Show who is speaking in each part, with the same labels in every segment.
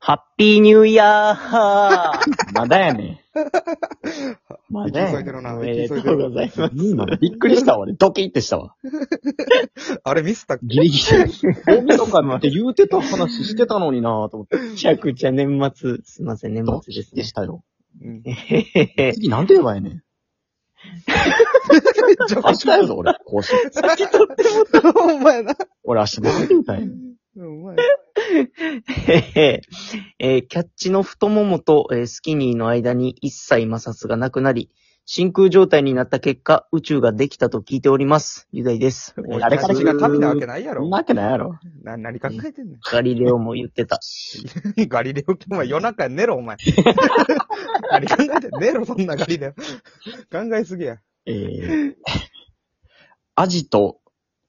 Speaker 1: ハッピーニューイヤー
Speaker 2: まだやねん。ま
Speaker 3: 息
Speaker 2: だや
Speaker 3: 添
Speaker 2: ね
Speaker 3: えて
Speaker 2: ん。
Speaker 3: るな、
Speaker 1: おめ
Speaker 3: 息
Speaker 1: で
Speaker 3: 添
Speaker 1: と
Speaker 3: えて
Speaker 1: う
Speaker 3: る。
Speaker 1: ございます。
Speaker 2: いいのびっくりしたわ。俺、ドキッてしたわ。
Speaker 3: あれミスっ たっけ
Speaker 2: ギリギリ。ゴミとかって言うてた話してたのになぁと思って。
Speaker 1: めちゃくちゃ年末、すいません、年
Speaker 2: ド
Speaker 1: 末
Speaker 2: キ
Speaker 1: です
Speaker 2: ッて
Speaker 1: ね。
Speaker 2: したよ。
Speaker 3: うん。
Speaker 1: へへへ。
Speaker 2: 次なんて言えばええねん。
Speaker 3: ちょ
Speaker 2: 明日やぞ、俺。更新。
Speaker 3: お前な。
Speaker 2: 俺明日どこ行ったんやねん。
Speaker 3: お前。
Speaker 1: へへえーキャッチの太ももと、えースキニーの間に一切摩擦がなくなり、真空状態になった結果、宇宙ができたと聞いております。ユダイです。お願いします
Speaker 2: 誰から
Speaker 3: 私
Speaker 2: 聞いた
Speaker 3: が神なわけないや
Speaker 2: そ
Speaker 3: ろ
Speaker 2: んな。わけないやろ。
Speaker 3: な、何考えてんね
Speaker 1: ガリレオも言って た。
Speaker 3: ん。ガリレオ、お前夜中寝ろ、お前。何考えてん寝ろ、そんなガリレオ。考えすぎや。
Speaker 2: えー、アジト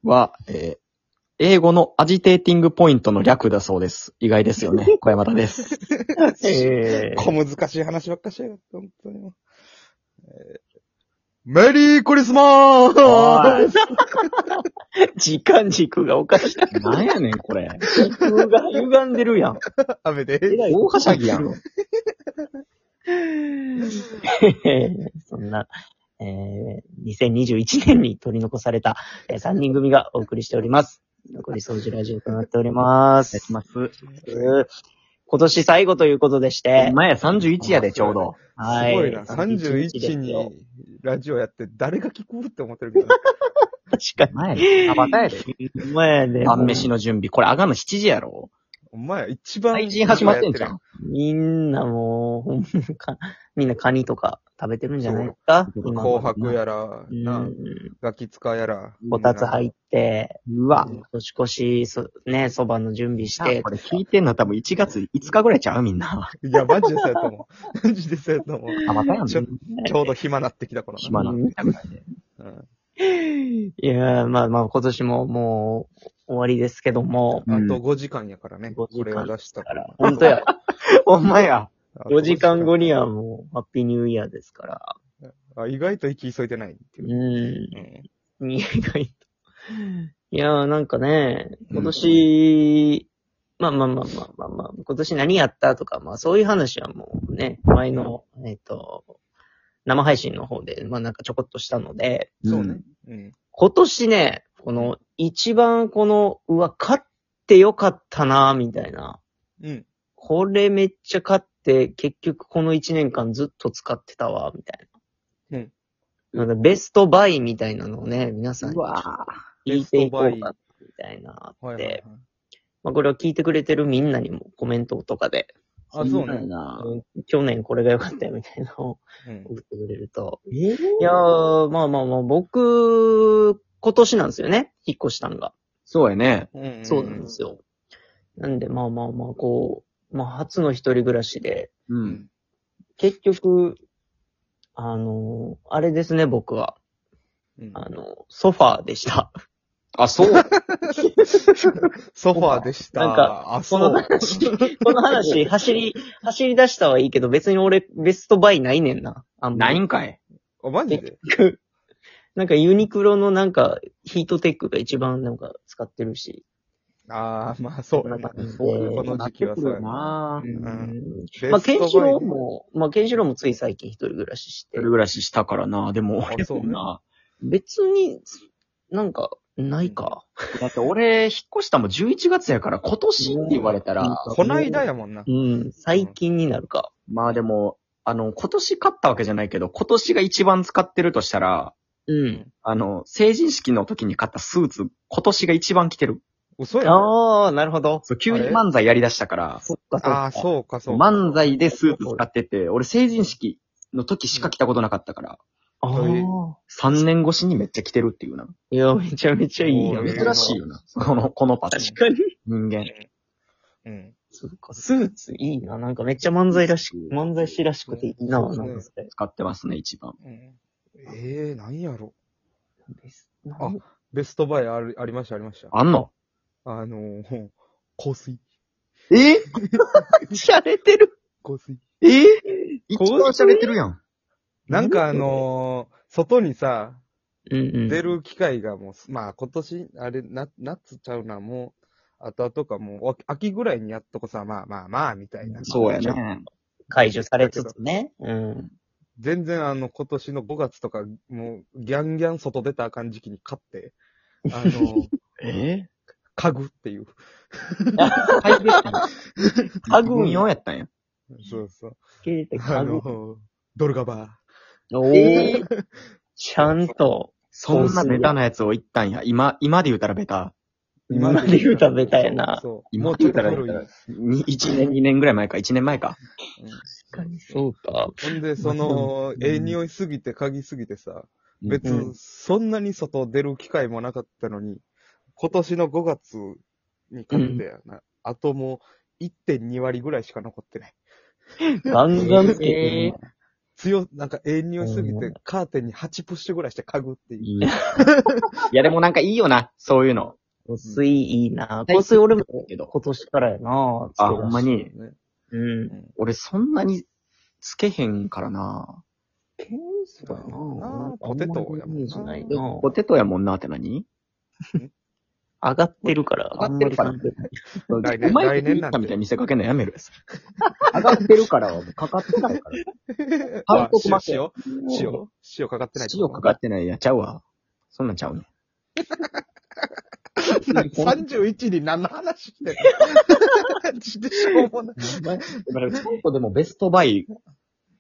Speaker 2: は、えー、英語のアジテーティングポイントの略だそうです。意外ですよ ね。小山田です。
Speaker 1: え
Speaker 3: 小難しい話ばっかしやがって、本当にもう。えーメリークリスマ
Speaker 2: お
Speaker 3: ス
Speaker 1: ー、 時間軸がおかしい。
Speaker 2: なんやねん、これ。
Speaker 1: 時空が歪んでるやん。
Speaker 3: 雨で。
Speaker 2: 大はしゃぎやん。
Speaker 1: そんな、えー、2021年に取り残された、え3人組がお送りしております。残り掃除ラジオとなっております。
Speaker 2: ます。
Speaker 1: 今年最後ということでして、
Speaker 2: 前31やで、ちょうど。
Speaker 1: はい。
Speaker 3: すごいな。31にラジオやって誰が聞くって思ってるけど。
Speaker 1: 確か
Speaker 2: 前やで。あ、またやで。
Speaker 1: に。前で。
Speaker 2: 晩飯の準備。これ上がるの7時やろ。
Speaker 3: お前、一番。
Speaker 2: 配信始まってんじゃん。。
Speaker 1: みんなもう、ほんまか、みんなカニとか食べてるんじゃないですか
Speaker 2: そう
Speaker 1: 今
Speaker 3: 紅白やら、な
Speaker 1: う、ん
Speaker 3: ガキ使やら。
Speaker 1: こたつ入って、
Speaker 2: うわ。
Speaker 1: 年越し、そ、ね、そばの準備し
Speaker 2: あ
Speaker 1: て
Speaker 2: こ、れ聞いてんの多分1月5日ぐらいちゃうみんな。
Speaker 3: いや、マジでそうやと思う。 マジでそうやと思う。
Speaker 2: あ、またやん。
Speaker 3: ちょちょうど暇なってきた頃
Speaker 2: 暇な。
Speaker 3: な。うん
Speaker 1: いやー、まあまあ、今年ももう終わりですけども、
Speaker 3: あと5時間やからね。
Speaker 1: 5時間
Speaker 3: これを出した
Speaker 1: だから、本当や、
Speaker 2: お前や。
Speaker 1: 5時間後にはもう、ハッピーニューイヤーですから、
Speaker 3: あ、意外と息急いでないって
Speaker 1: う
Speaker 3: いう。
Speaker 1: ん、
Speaker 3: うん
Speaker 1: 意外と。いやー、なんかね、今年、まあまあまあまあまあまあ、今年何やったとか、まあそういう話はもうね、前の、えっ、と、生配信の方で、まあなんかちょこっとしたので、
Speaker 3: そうね。うん。
Speaker 1: 今年ね、この、一番この、うわ、勝ってよかったな、みたいな。
Speaker 3: うん。
Speaker 1: これめっちゃ勝って、結局この一年間ずっと使ってたわ、みたいな。
Speaker 3: うん。
Speaker 1: なんかベストバイみたいなのをね、皆さん
Speaker 2: う
Speaker 1: に
Speaker 2: わ
Speaker 1: 聞いていこ
Speaker 3: ベ
Speaker 1: う
Speaker 3: ストバ
Speaker 1: か、みたいな
Speaker 3: は
Speaker 1: っ
Speaker 3: いはいは
Speaker 1: て
Speaker 3: い。。
Speaker 1: まあこれを聞いてくれてるみんなにもコメントとかで、
Speaker 3: あ、そうね。
Speaker 2: な
Speaker 1: 去年これが良かったよみたいなのを
Speaker 3: うん
Speaker 1: 送ってくれると。
Speaker 2: えー
Speaker 1: いやー、まあまあまあ、僕、今年なんですよね、引っ越したんが。
Speaker 2: そうやね。
Speaker 3: うんうん。
Speaker 1: そうなんですよ。なんで、まあまあまあ、こう、まあ、初の一人暮らしで、
Speaker 2: う。
Speaker 3: うんん。
Speaker 1: 結局、あのーあれですね、僕は。
Speaker 3: うん
Speaker 1: あの、ソファーで した。
Speaker 2: あ、そう。
Speaker 3: ソファーでした。
Speaker 1: なんか
Speaker 3: あ、
Speaker 1: こ
Speaker 3: そ
Speaker 1: の
Speaker 3: う。
Speaker 1: 話、この話、走り、走り出したはいいけど、別に俺、ベストバイないねんな。あんま
Speaker 2: な
Speaker 1: り
Speaker 2: いんかい。
Speaker 3: あ、マジで
Speaker 1: なんかユニクロのなんか、ヒートテックが一番なんか使ってるし。
Speaker 3: ああ、まあ、そうやな。
Speaker 1: うん
Speaker 3: この時期はそうやな。
Speaker 2: な
Speaker 3: うん
Speaker 1: まあ、ケ
Speaker 3: ベ
Speaker 1: ン
Speaker 3: ス
Speaker 1: シ
Speaker 3: トバイ
Speaker 1: ロウも、まあ、ケンシロウもつい最近一人暮らしして
Speaker 2: 一人。暮らししたからな。でも、俺
Speaker 3: あそう
Speaker 2: も な。
Speaker 1: 別に、なんか、ないか。
Speaker 2: だって俺、引っ越したのも11月やから、今年って言われた
Speaker 1: うん
Speaker 2: ら、
Speaker 3: こないだやもんな。
Speaker 1: うん、最近になるか。
Speaker 2: まあでも、あの、今年買ったわけじゃないけど、今年が一番使ってるとしたら、
Speaker 1: うん。
Speaker 2: あの、成人式の時に買ったスーツ、今年が一番着てる。
Speaker 3: 嘘やん。
Speaker 1: ああ、なるほど。
Speaker 2: そう、急に漫才やりだしたから、
Speaker 1: そっか、そっ
Speaker 3: あ
Speaker 1: か
Speaker 3: あ、。そうか、そうか。
Speaker 2: 漫才でスーツ使ってて、俺成人式の時しか着たことなかったから、
Speaker 1: あ
Speaker 3: そうい
Speaker 1: ー
Speaker 2: 3年越しにめっちゃ着てるっていうな。
Speaker 1: いや、めちゃめちゃいいやん。
Speaker 3: おー
Speaker 2: 珍しいよな。この、このパターン。
Speaker 1: かに。
Speaker 2: 人間。
Speaker 3: うん。
Speaker 1: そっか、スーツいいな。なんかめっちゃ漫才らしく、漫才師らしくていいな。
Speaker 3: そうです
Speaker 1: な
Speaker 3: ね
Speaker 1: んかそれ。
Speaker 2: 使ってますね、一番。
Speaker 3: うんええー、何やろ。
Speaker 1: なんか
Speaker 3: ベストバイあるありました、ありました。
Speaker 2: あんの
Speaker 3: あのー、香水。
Speaker 2: え
Speaker 1: しゃれてる。
Speaker 3: 香水。
Speaker 2: え一番喋ってるやん。
Speaker 3: なんかあのー、外にさ、
Speaker 1: うんうん。
Speaker 3: 出る機会がもう、まあ今年、あれ、な、夏ちゃうな、もう、後々かもうわ、秋ぐらいにやっとこさ、まあまあまあ、みたいな。
Speaker 2: そうやね。
Speaker 1: 解除されつつね。うん。
Speaker 3: 全然あの、今年の5月とか、もう、ギャンギャン外出たらあかん時期に買って、あ の、
Speaker 2: え
Speaker 3: 家具っていう。
Speaker 2: ー、買いでしたね。家具運用やったんや。
Speaker 3: そうそう。
Speaker 1: 家具
Speaker 3: あの、ドルガバ
Speaker 2: お
Speaker 1: えーちゃんと、
Speaker 2: そんなベタなやつを言ったんや。今、今で言うたらベタ。
Speaker 3: ー。
Speaker 1: 今まで言うたらベタやな。
Speaker 3: そう。
Speaker 2: 今
Speaker 3: もう
Speaker 2: で
Speaker 3: ちょ
Speaker 2: 言
Speaker 3: っ
Speaker 2: うた
Speaker 3: と
Speaker 2: ら
Speaker 3: 古い。
Speaker 2: に一年、二年ぐらい前か。一年前か。
Speaker 1: そうか。
Speaker 3: ほんで、その、ええ匂いすぎて、嗅ぎすぎてさ、別
Speaker 1: う
Speaker 3: に、そんなに外出る機会もなかったのに、今年の5月に買ってやな、あともう1.2割ぐらいしか残ってない。
Speaker 1: ガンガン、
Speaker 2: え
Speaker 1: え
Speaker 3: 強、なんかええ匂いすぎ
Speaker 1: う
Speaker 3: て
Speaker 1: ん、
Speaker 3: カーテンに8プッシュぐらいして嗅ぐっていう。
Speaker 2: いいねいや、でもなんかいいよな。そういうの。
Speaker 1: ー、香水いいな。香水俺も
Speaker 2: けど。
Speaker 1: 今年からやな。
Speaker 2: あ、ほんまに。
Speaker 3: ね
Speaker 1: うん。
Speaker 2: 俺そんなにつけへんからな。
Speaker 1: ケンス かな
Speaker 3: あーポテトやもんな
Speaker 1: あんまりイメージないな。
Speaker 2: ポテトやもんなって何
Speaker 1: 上がってるから。
Speaker 2: 上がってるから
Speaker 1: あんまり感じない
Speaker 3: 来年
Speaker 2: うまいこと
Speaker 3: 来年
Speaker 2: 言
Speaker 3: な
Speaker 2: っ
Speaker 3: ん
Speaker 2: た
Speaker 3: て
Speaker 2: みたいに見せかけんのやめるやつ。上がってるからはかかってないから。韓
Speaker 3: あ
Speaker 2: 国負け
Speaker 3: 塩 塩塩かかってないって
Speaker 2: 塩
Speaker 3: こと。
Speaker 2: かかってないやちゃうわ。そんなんち ゃうね。
Speaker 3: 31に何の話してんの ちょっとしょうもない。
Speaker 2: 韓国でもベストバイ。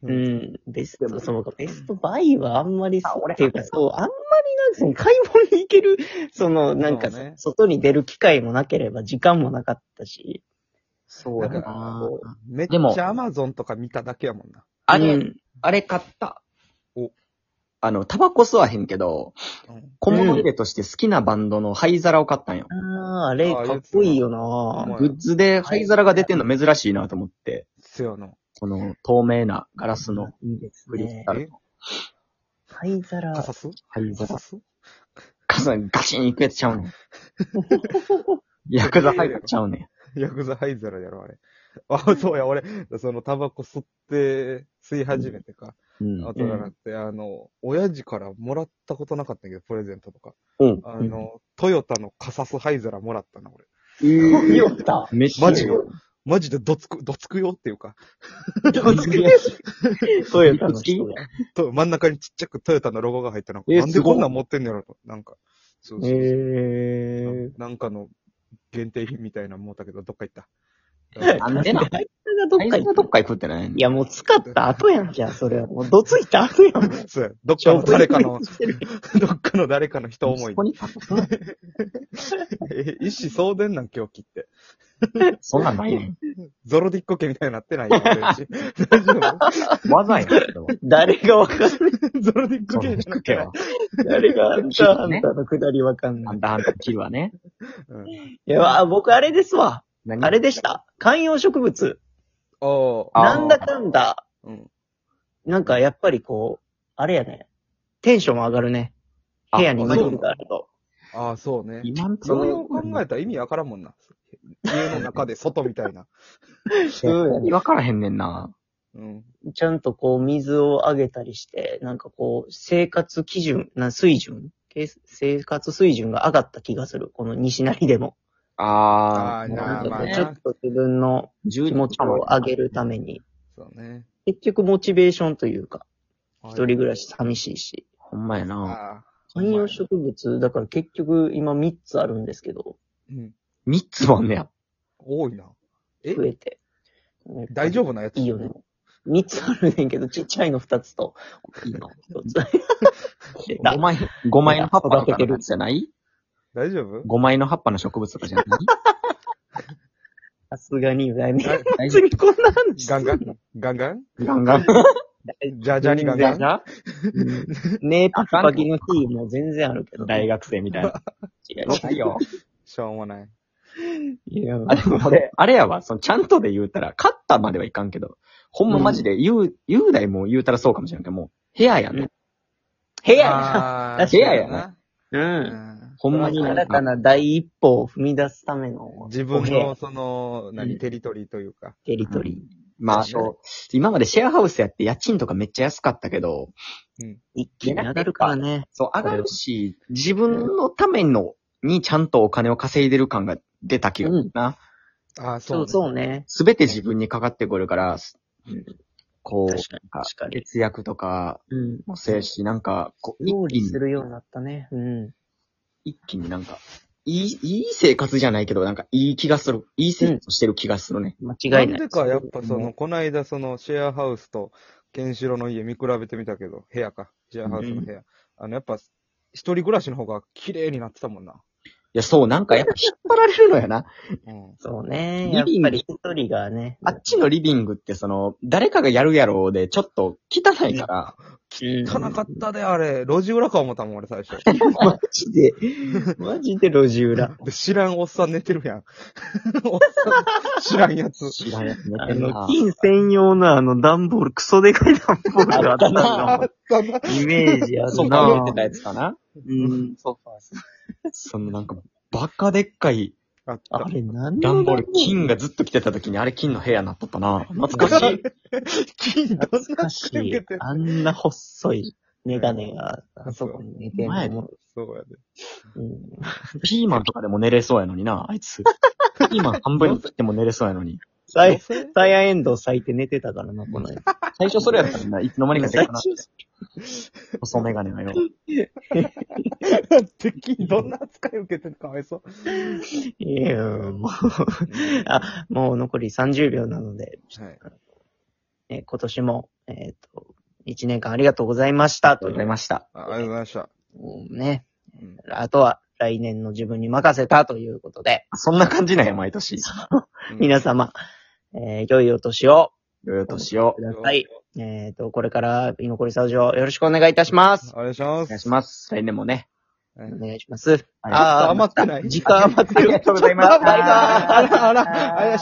Speaker 1: うん。ベスト、そうか、ベストバイはあんまりそ
Speaker 2: あ
Speaker 1: う、
Speaker 2: 俺
Speaker 1: っていうか、そう、あんまりなんかその買い物に行ける、その、なんか
Speaker 3: そうね
Speaker 1: 外に出る機会もなければ、時間もなかったし。
Speaker 2: そう
Speaker 3: やなめっ
Speaker 2: でも
Speaker 3: ちゃアマゾンとか見ただけやもんな。
Speaker 2: あれ、
Speaker 1: うん
Speaker 2: あれ買った。
Speaker 3: お
Speaker 2: あの、タバコ吸わへんけど、
Speaker 3: うん
Speaker 2: 小物入れとして好きなバンドの灰皿を買ったんよ。
Speaker 1: ああ、あれ、
Speaker 3: ああ
Speaker 1: かっこいいよな
Speaker 3: やつ
Speaker 2: グッズで灰皿が出てんの珍しいなと思って、
Speaker 3: せやな。
Speaker 2: この透明なガラスの
Speaker 1: いいです
Speaker 2: クリス
Speaker 1: ね
Speaker 2: タ。ル
Speaker 3: え
Speaker 2: の
Speaker 1: 灰皿。
Speaker 3: カサス
Speaker 2: 灰
Speaker 3: カ
Speaker 2: 皿
Speaker 3: サ。ス
Speaker 2: ガサンガシン行くやつちゃう ねん。ヤクザ入っちゃうね
Speaker 3: ヤクザ灰皿やろ、あれ。あ、そうや、俺、そのタバコ吸って、吸い始めてか。
Speaker 2: ん。うん。
Speaker 3: あとだなって、あの、親父からもらったことなかったんやけど、プレゼントとか。
Speaker 2: うん。
Speaker 3: あの、トヨタのカサス灰皿もらったな、俺。
Speaker 1: トヨタ。
Speaker 2: めっちゃ
Speaker 3: マジよ。マジでどつく、どつくよっていうか。
Speaker 1: トヨタの人や。
Speaker 3: と、真ん中にちっちゃくトヨタのロゴが入ったなんか、
Speaker 2: えー
Speaker 3: なんです
Speaker 2: ごい
Speaker 3: こんなん持ってんのやろと。なんか、そうそうそう
Speaker 1: えー。
Speaker 3: なんかの限定品みたいなの持ったけど、どっか 行った。
Speaker 2: なんでなん
Speaker 1: 灰皿どっ
Speaker 2: 灰
Speaker 1: か
Speaker 2: 皿
Speaker 1: 行
Speaker 2: ど
Speaker 1: っ
Speaker 2: っか行くってない
Speaker 1: いや、もう使った後やんじゃん、それは。もう、どついた 後やん。
Speaker 3: そうや、どっかの誰か の、 どっかの誰かの人思
Speaker 2: そ
Speaker 3: い
Speaker 2: こ。に
Speaker 3: え、一子相伝なん、狂気って。
Speaker 2: そんなんないね
Speaker 3: ゾロディッコ家みたいになってないよ、俺 んち大丈
Speaker 2: ん。わざやん。
Speaker 1: 誰がわか んない。
Speaker 3: 夫ゾロディッコ
Speaker 2: そ
Speaker 3: 家
Speaker 2: の
Speaker 3: じゃな
Speaker 2: 服
Speaker 3: くて
Speaker 2: 系
Speaker 3: ない
Speaker 2: は。。
Speaker 1: 誰がハンターハンターのくだりわかんな
Speaker 2: あ
Speaker 1: い。
Speaker 2: んたあんた切るわね。
Speaker 3: うん
Speaker 1: いや、あ僕あれですわ。
Speaker 2: 何
Speaker 1: あれでした。観葉植物。
Speaker 3: ああ。
Speaker 2: あー
Speaker 1: なんだかんだ、
Speaker 3: うん。
Speaker 1: なんかやっぱりこう、あれやね。テンション上がるね。部屋に
Speaker 2: あ
Speaker 1: 緑があると。
Speaker 3: ああ、そうね。
Speaker 2: 今んと
Speaker 3: そ
Speaker 2: こ
Speaker 3: ういう考えたら意味わからんもんな。家の中で外みたいな。
Speaker 1: そうやね
Speaker 2: わからへんねんな。
Speaker 3: うん。
Speaker 1: ちゃんとこう水をあげたりして、なんかこう、生活基準、な、水準け生活水準が上がった気がする。この西成でも。
Speaker 2: あ
Speaker 3: あー
Speaker 2: ー、
Speaker 3: な
Speaker 1: な
Speaker 3: あ
Speaker 1: ん
Speaker 3: まあ
Speaker 1: か
Speaker 3: ね
Speaker 1: ちょっと自分の
Speaker 2: 気
Speaker 1: 気持ちを上げるために。
Speaker 3: そうね。
Speaker 1: 結局モチベーションというか、
Speaker 3: 一
Speaker 1: 一人暮らし寂しいし。
Speaker 2: ほんまやな。
Speaker 3: ああ。
Speaker 1: 観葉植物、だから結局今3つあるんですけど、
Speaker 3: うん。
Speaker 2: 三つもあんねや。
Speaker 3: 多いな。え
Speaker 1: 増えて。
Speaker 3: 大丈夫なやつ
Speaker 1: いいよね。。3つあるねんけど、ちっちゃいの2つと、いいの1つ。出た
Speaker 2: 5枚、五枚の葉っぱとかのやつじゃない
Speaker 3: 大丈夫
Speaker 2: ?5 枚の葉っぱの植物とかじゃない
Speaker 1: さすがに、来年。
Speaker 3: あ
Speaker 2: 大丈
Speaker 1: 次こんな話 す
Speaker 3: ガ
Speaker 1: る
Speaker 3: ン
Speaker 1: の。
Speaker 3: ガンガンガン
Speaker 2: 夫ガンガン。
Speaker 3: じゃじゃにガンガン
Speaker 1: ねえ、パキパキの T も全然あるけど。
Speaker 2: 大学生みたいな。
Speaker 1: 違う
Speaker 2: ないよ。
Speaker 3: しょうもない。
Speaker 1: いや、
Speaker 2: あ、でも俺、あれやわ、その、ちゃんとで言うたら、勝ったまではいかんけど、ほんまマジで、言う、雄大も言うたらそうかもしれんけど、もう、部屋やね。
Speaker 1: 部屋や
Speaker 3: あ
Speaker 1: な
Speaker 3: あ
Speaker 1: 部
Speaker 2: 屋やな。
Speaker 1: う。
Speaker 3: うんん
Speaker 2: ほんまになん
Speaker 1: 新た
Speaker 2: か、
Speaker 1: な第一歩を踏み出すための。
Speaker 3: 自分
Speaker 1: お部屋
Speaker 3: の、その、
Speaker 1: う
Speaker 3: 何、
Speaker 1: ん
Speaker 3: テリトリーというか。
Speaker 1: テリトリ
Speaker 2: まあ、そう、今までシェアハウスやって家賃とかめっちゃ安かったけど、
Speaker 1: ー。一気に上がるからね。
Speaker 2: そう、上がるし、自分のための、にちゃんとお金を稼いでる感が出た気がするな。
Speaker 3: ああ、
Speaker 1: そうそうね。
Speaker 2: すべて自分にかかってくるから、
Speaker 1: うん
Speaker 2: こう、
Speaker 1: 確かに、確かに。
Speaker 2: 節約とか
Speaker 1: うん。
Speaker 2: もせえし、なんか、こう、
Speaker 1: 料
Speaker 2: 一
Speaker 1: 理
Speaker 2: 気
Speaker 1: す
Speaker 2: に、
Speaker 1: るようになったね。うん。
Speaker 2: 一気になんか、いい、いい生活じゃないけど、なんかいい気がする。いい生活してる気がするね。
Speaker 1: 間
Speaker 3: な
Speaker 1: 違いない。
Speaker 3: んでか、やっぱその、
Speaker 1: ね
Speaker 3: こないだその、シェアハウスと、ケンシロウの家見比べてみたけど、部屋か。シェアハウスの部屋。あの、やっぱ、一人暮らしの方が綺麗になってたもんな。
Speaker 2: いや、そう、なんかやっぱ引っ張られるのやな。
Speaker 3: うん。
Speaker 1: そうね。やっ
Speaker 2: リビン
Speaker 1: ぱ
Speaker 2: グ
Speaker 1: り一人がね。
Speaker 2: あっちのリビングってその、誰かがやるやろうで、ちょっと汚いから、
Speaker 1: うん
Speaker 3: 汚かったで、あれ。路地裏か思ったもん、俺 最初。
Speaker 2: マジで、
Speaker 1: マジで路地裏。
Speaker 3: で知らんおっさん寝てるやん。 おっさん、知らんやつ。
Speaker 2: 知らんやつ寝
Speaker 1: あ
Speaker 2: てん
Speaker 1: の、
Speaker 2: な。
Speaker 1: 金専用のあの段ボール、クソでかい段ボールがあった
Speaker 2: あ
Speaker 1: の。
Speaker 3: たな。
Speaker 1: イメージあ
Speaker 2: そ
Speaker 1: る
Speaker 2: う、か
Speaker 1: な
Speaker 2: ってたやつかな。
Speaker 1: うん、ソファー。
Speaker 2: そのなんか、バカでっかい
Speaker 3: あっ
Speaker 1: あ
Speaker 3: た。
Speaker 1: れ何
Speaker 2: ダ
Speaker 1: の
Speaker 2: ンボ
Speaker 1: 段
Speaker 2: ール、金がずっと来てた時に、あれ金の部屋になっとったな。懐かし い。
Speaker 3: 金、どん
Speaker 1: 懐
Speaker 3: な
Speaker 1: かし
Speaker 3: して
Speaker 1: い
Speaker 3: けて。
Speaker 1: あんな細いメガネがあそこに寝てるのも。
Speaker 3: そうやで。
Speaker 1: うん
Speaker 2: ピーマンとかでも寝れそうやのにな、あいつ。ピーマン半分に切っても寝れそうやのに。
Speaker 1: サ
Speaker 3: 女
Speaker 1: イ
Speaker 3: 性
Speaker 1: サイヤエンドウ咲いて寝てたからな、この間。
Speaker 2: 最初それやったんだ。いつの間にかで
Speaker 1: 最
Speaker 2: っかなって
Speaker 1: 初。
Speaker 2: 細メガネのよ。
Speaker 3: 敵どんな扱い受けてるかわいそう。
Speaker 1: いや、もう、あ、もう残り30秒なので、
Speaker 3: はい。
Speaker 1: え今年も、えっ、と、1年間ありがとうございました。
Speaker 2: ありがと
Speaker 1: と
Speaker 2: う
Speaker 1: い。
Speaker 2: ございうました。
Speaker 3: あありがとうございました。
Speaker 1: もうね
Speaker 3: うん。
Speaker 1: あとは来年の自分に任せたということで、
Speaker 2: そんな感じなんや、毎年。い
Speaker 3: うん
Speaker 1: 皆様、えー良いお年を
Speaker 2: ろいろとしよう。
Speaker 1: ください。えっ、と、これから居残りスタジオよろしくお願いいたします。
Speaker 3: お願いしま
Speaker 2: お願い
Speaker 3: す。
Speaker 2: します。来年もね。
Speaker 1: お願いします。あ
Speaker 2: あ
Speaker 1: ー
Speaker 3: 余ってない。
Speaker 1: 時間余って
Speaker 2: あり
Speaker 1: る。
Speaker 2: がとうございました。
Speaker 1: バイバイ
Speaker 3: あら、あら、あら、いらっしゃい。